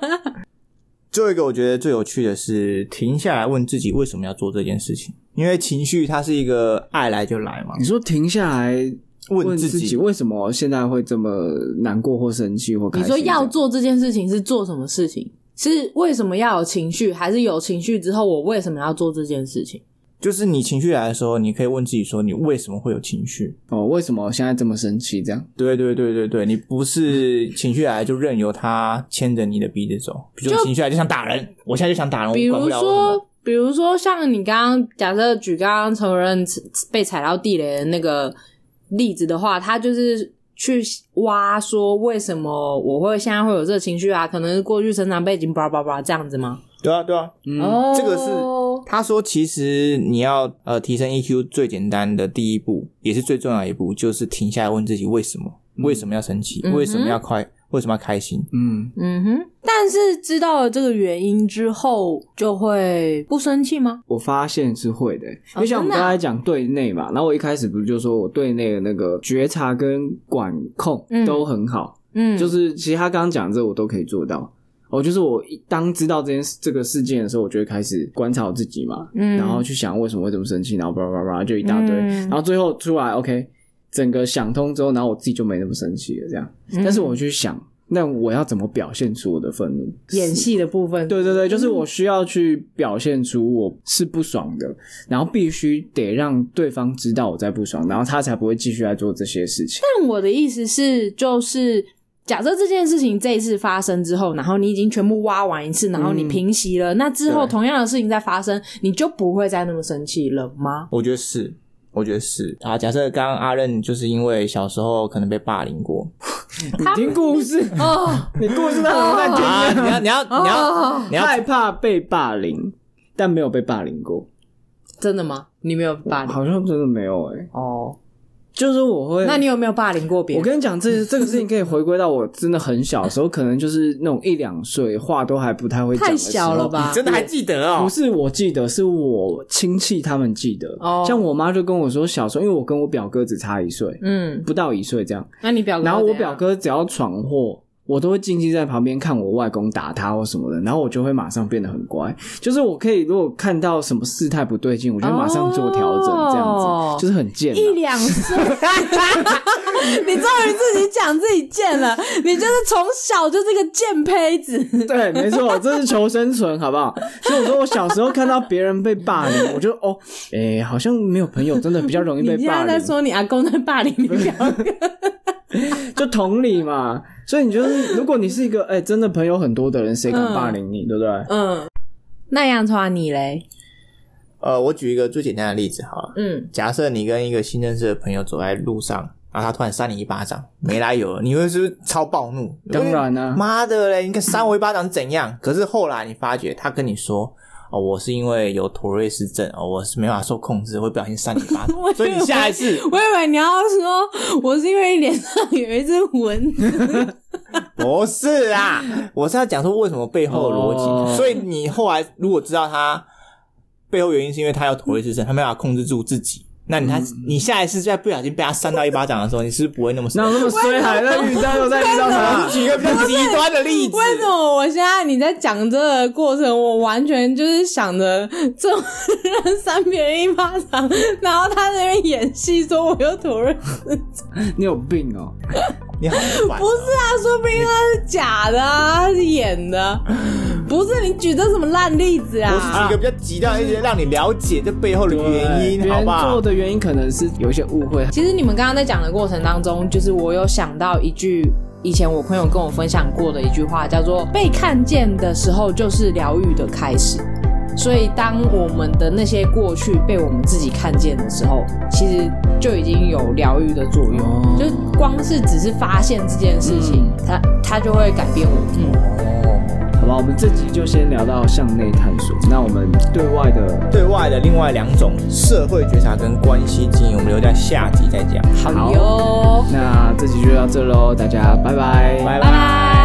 [SPEAKER 1] 最后一个我觉得最有趣的是停下来问自己为什么要做这件事情，因为情绪它是一个爱来就来嘛
[SPEAKER 3] 你，说停下来问
[SPEAKER 1] 问自
[SPEAKER 3] 己
[SPEAKER 1] 己
[SPEAKER 3] 为什么现在会这么难过或生气或开
[SPEAKER 2] 你
[SPEAKER 3] 心这
[SPEAKER 2] 说
[SPEAKER 3] 样？
[SPEAKER 2] 要做这件事情是做什么事情？是为什么要有情绪？还是有情绪之后我为什么要做这件事情？
[SPEAKER 1] 就是你情绪来的时候，你可以问自己说你为什么会有情绪，
[SPEAKER 3] 哦，为什么我现在这么生气？这样
[SPEAKER 1] 对对对对对，你不是情绪来就任由他牵着你的鼻子走，比如说情绪来就想打人，我现在就想
[SPEAKER 3] 哦
[SPEAKER 1] 打人，
[SPEAKER 2] 比
[SPEAKER 1] 我管
[SPEAKER 2] 如
[SPEAKER 1] 不了为什
[SPEAKER 2] 说
[SPEAKER 1] 么。，
[SPEAKER 2] 比如说像你刚刚假设举刚刚承认被踩到地雷的那个例子的话，他就是。去挖说为什么我会现在会有这个情绪啊？可能是过去成长背景，叭叭叭这样子吗？
[SPEAKER 1] 对啊对啊，
[SPEAKER 3] 嗯
[SPEAKER 2] 哦、
[SPEAKER 1] 这个是他说其实你要呃提升 EQ 最简单的第一步，也是最重要的一步，就是停下来问自己为什么，为什么要生气，
[SPEAKER 2] 嗯哼
[SPEAKER 1] 为什么要快，为什么要开心，
[SPEAKER 3] 嗯，
[SPEAKER 2] 嗯哼，但是知道了这个原因之后，就会不生气吗？
[SPEAKER 3] 我发现是会的、欸
[SPEAKER 2] 哦
[SPEAKER 3] 因为像我们
[SPEAKER 2] 真
[SPEAKER 3] 刚
[SPEAKER 2] 的啊
[SPEAKER 3] 才讲对内嘛，然后我一开始不是就说我对内的那个觉察跟管控
[SPEAKER 2] 嗯
[SPEAKER 3] 都很好，
[SPEAKER 2] 嗯，
[SPEAKER 3] 就是其实他刚刚讲的这我都可以做到。哦，就是我一当知道这件事这个事件的时候，我就会开始观察我自己嘛，
[SPEAKER 2] 嗯
[SPEAKER 3] 然后去想为什么会这么生气，然后叭叭叭就一大堆，
[SPEAKER 2] 嗯
[SPEAKER 3] 然后最后出来 OK，整个想通之后，然后我自己就没那么生气了这样。
[SPEAKER 2] 嗯
[SPEAKER 3] 但是我去想，那我要怎么表现出我的愤怒？
[SPEAKER 2] 演戏的部分，
[SPEAKER 3] 对对对，就是我需要去表现出我是不爽的，然后必须得让对方知道我在不爽，然后他才不会继续来做这些事情。
[SPEAKER 2] 但我的意思是，就是假设这件事情这一次发生之后，然后你已经全部挖完一次，然后你
[SPEAKER 3] 嗯
[SPEAKER 2] 平息了，那之后
[SPEAKER 3] 对
[SPEAKER 2] 同样的事情再发生，你就不会再那么生气了吗？
[SPEAKER 1] 我觉得是。我觉得是啊，假设刚刚阿任就是因为小时候可能被霸凌过
[SPEAKER 3] 你听故事，
[SPEAKER 2] 哦，
[SPEAKER 3] 你故事那很在
[SPEAKER 1] 啊，你要你要你要
[SPEAKER 2] 哦
[SPEAKER 1] 你要
[SPEAKER 3] 害怕被霸凌，但没有被霸凌过，
[SPEAKER 2] 真的吗？你没有霸凌
[SPEAKER 3] 好像真的没有哎、
[SPEAKER 2] 哦？
[SPEAKER 3] 就是我会，
[SPEAKER 2] 那你有没有霸凌过别
[SPEAKER 3] 我
[SPEAKER 2] 人？
[SPEAKER 3] 跟你讲，这这个事情可以回归到我真的很小的时候，可能就是那种一两岁，话都还不太会讲
[SPEAKER 2] 太
[SPEAKER 3] 的时
[SPEAKER 2] 小了
[SPEAKER 3] 候
[SPEAKER 2] 吧？
[SPEAKER 1] 真的还记得哦
[SPEAKER 3] 不？是我记得，是我亲戚他们记得。
[SPEAKER 2] 哦
[SPEAKER 3] 像我妈就跟我说，小时候因为我跟我表哥只差一岁，
[SPEAKER 2] 嗯，
[SPEAKER 3] 不到一岁这样。
[SPEAKER 2] 那你表哥怎
[SPEAKER 3] 然
[SPEAKER 2] 样？
[SPEAKER 3] 后我表哥只要闯祸，我都会静静在旁边看我外公打他或什么的，然后我就会马上变得很乖。就是我可以如果看到什么事态不对劲，我就会马上做调整，这样子、
[SPEAKER 2] 哦
[SPEAKER 3] 就是很贱啊。
[SPEAKER 2] 一两岁， 你终于自己讲自己贱了，你就是从小就是个贱胚 子。
[SPEAKER 3] 对，没错，这是求生存，好不好？所以我说，我小时候看到别人被霸凌，我就哦，哎、好像没有朋友，真的比较容易
[SPEAKER 2] 你
[SPEAKER 3] 被
[SPEAKER 2] 现
[SPEAKER 3] 霸
[SPEAKER 2] 在
[SPEAKER 3] 凌
[SPEAKER 2] 在。说你阿公在霸凌你 表哥，
[SPEAKER 3] 就同理嘛。所以你就是，如果你是一个哎、真的朋友很多的人，谁敢霸凌你，对不对？
[SPEAKER 2] 嗯，那杨川你嘞？
[SPEAKER 1] 呃，我举一个最简单的例子好了，
[SPEAKER 2] 嗯
[SPEAKER 1] 假设你跟一个新认识的朋友走在路上，然后他突然扇你一巴掌，没来由，你会是不是超暴怒？
[SPEAKER 3] 当然啊
[SPEAKER 1] 妈的嘞，你看扇我一巴掌是怎样？可是后来你发觉他跟你说。哦，我是因为有妥瑞氏症，哦，我是没办法受控制，会不小心扇你一巴 掌
[SPEAKER 2] 我以为，
[SPEAKER 1] 所以你下一次
[SPEAKER 2] 我以为你要说我是因为脸上有一只 蚊子，
[SPEAKER 1] 不是啊，我是要讲说为什么背后的逻辑。
[SPEAKER 3] 哦
[SPEAKER 1] 所以你后来如果知道他背后原因是因为他有妥瑞氏症，他没办法控制住自己，那你他、
[SPEAKER 3] 嗯
[SPEAKER 1] 你下一次再不小心被他扇到一巴掌的时候，你是不是不会那么
[SPEAKER 3] 哪有那么衰，还在遇到又在遇到
[SPEAKER 1] 我
[SPEAKER 3] 他？
[SPEAKER 1] 啊是举一个比较极端的例子，
[SPEAKER 2] 为什么我现在你在讲这个过程，我完全就是想着这种 人扇别人一巴掌，然后他在那边演戏说我有妥瑞，
[SPEAKER 3] 你有病哦！
[SPEAKER 1] 你好烦、
[SPEAKER 2] 不是啊，说不定他是假的啊，他是演的，不是你举这什么烂例子
[SPEAKER 1] 我是举
[SPEAKER 2] 啊
[SPEAKER 1] 一？个比较极端的例子，让你了解这背后的原
[SPEAKER 3] 别
[SPEAKER 1] 因，好
[SPEAKER 3] 人
[SPEAKER 1] 不好
[SPEAKER 3] 做？的啊原因可能是有一些误会，
[SPEAKER 2] 其实你们刚刚在讲的过程当中，就是我有想到一句。以前我朋友跟我分享过的一句话，叫做“被看见的时候就是疗愈的开始”。所以，当我们的那些过去被我们自己看见的时候，其实就已经有疗愈的作用。
[SPEAKER 1] 嗯
[SPEAKER 3] 哦
[SPEAKER 2] 就光是只是发现这件事情，它它就会改变我们。嗯
[SPEAKER 1] 哦
[SPEAKER 3] 好吧？我们这集就先聊到向内探索，那我们对外的
[SPEAKER 1] 对外的另外两种社会觉察跟关系经营，我们留在下集再讲。
[SPEAKER 2] 好
[SPEAKER 3] 好
[SPEAKER 2] 哟，
[SPEAKER 3] 那这集就到这喽，大家拜拜，
[SPEAKER 1] 拜
[SPEAKER 2] 拜拜。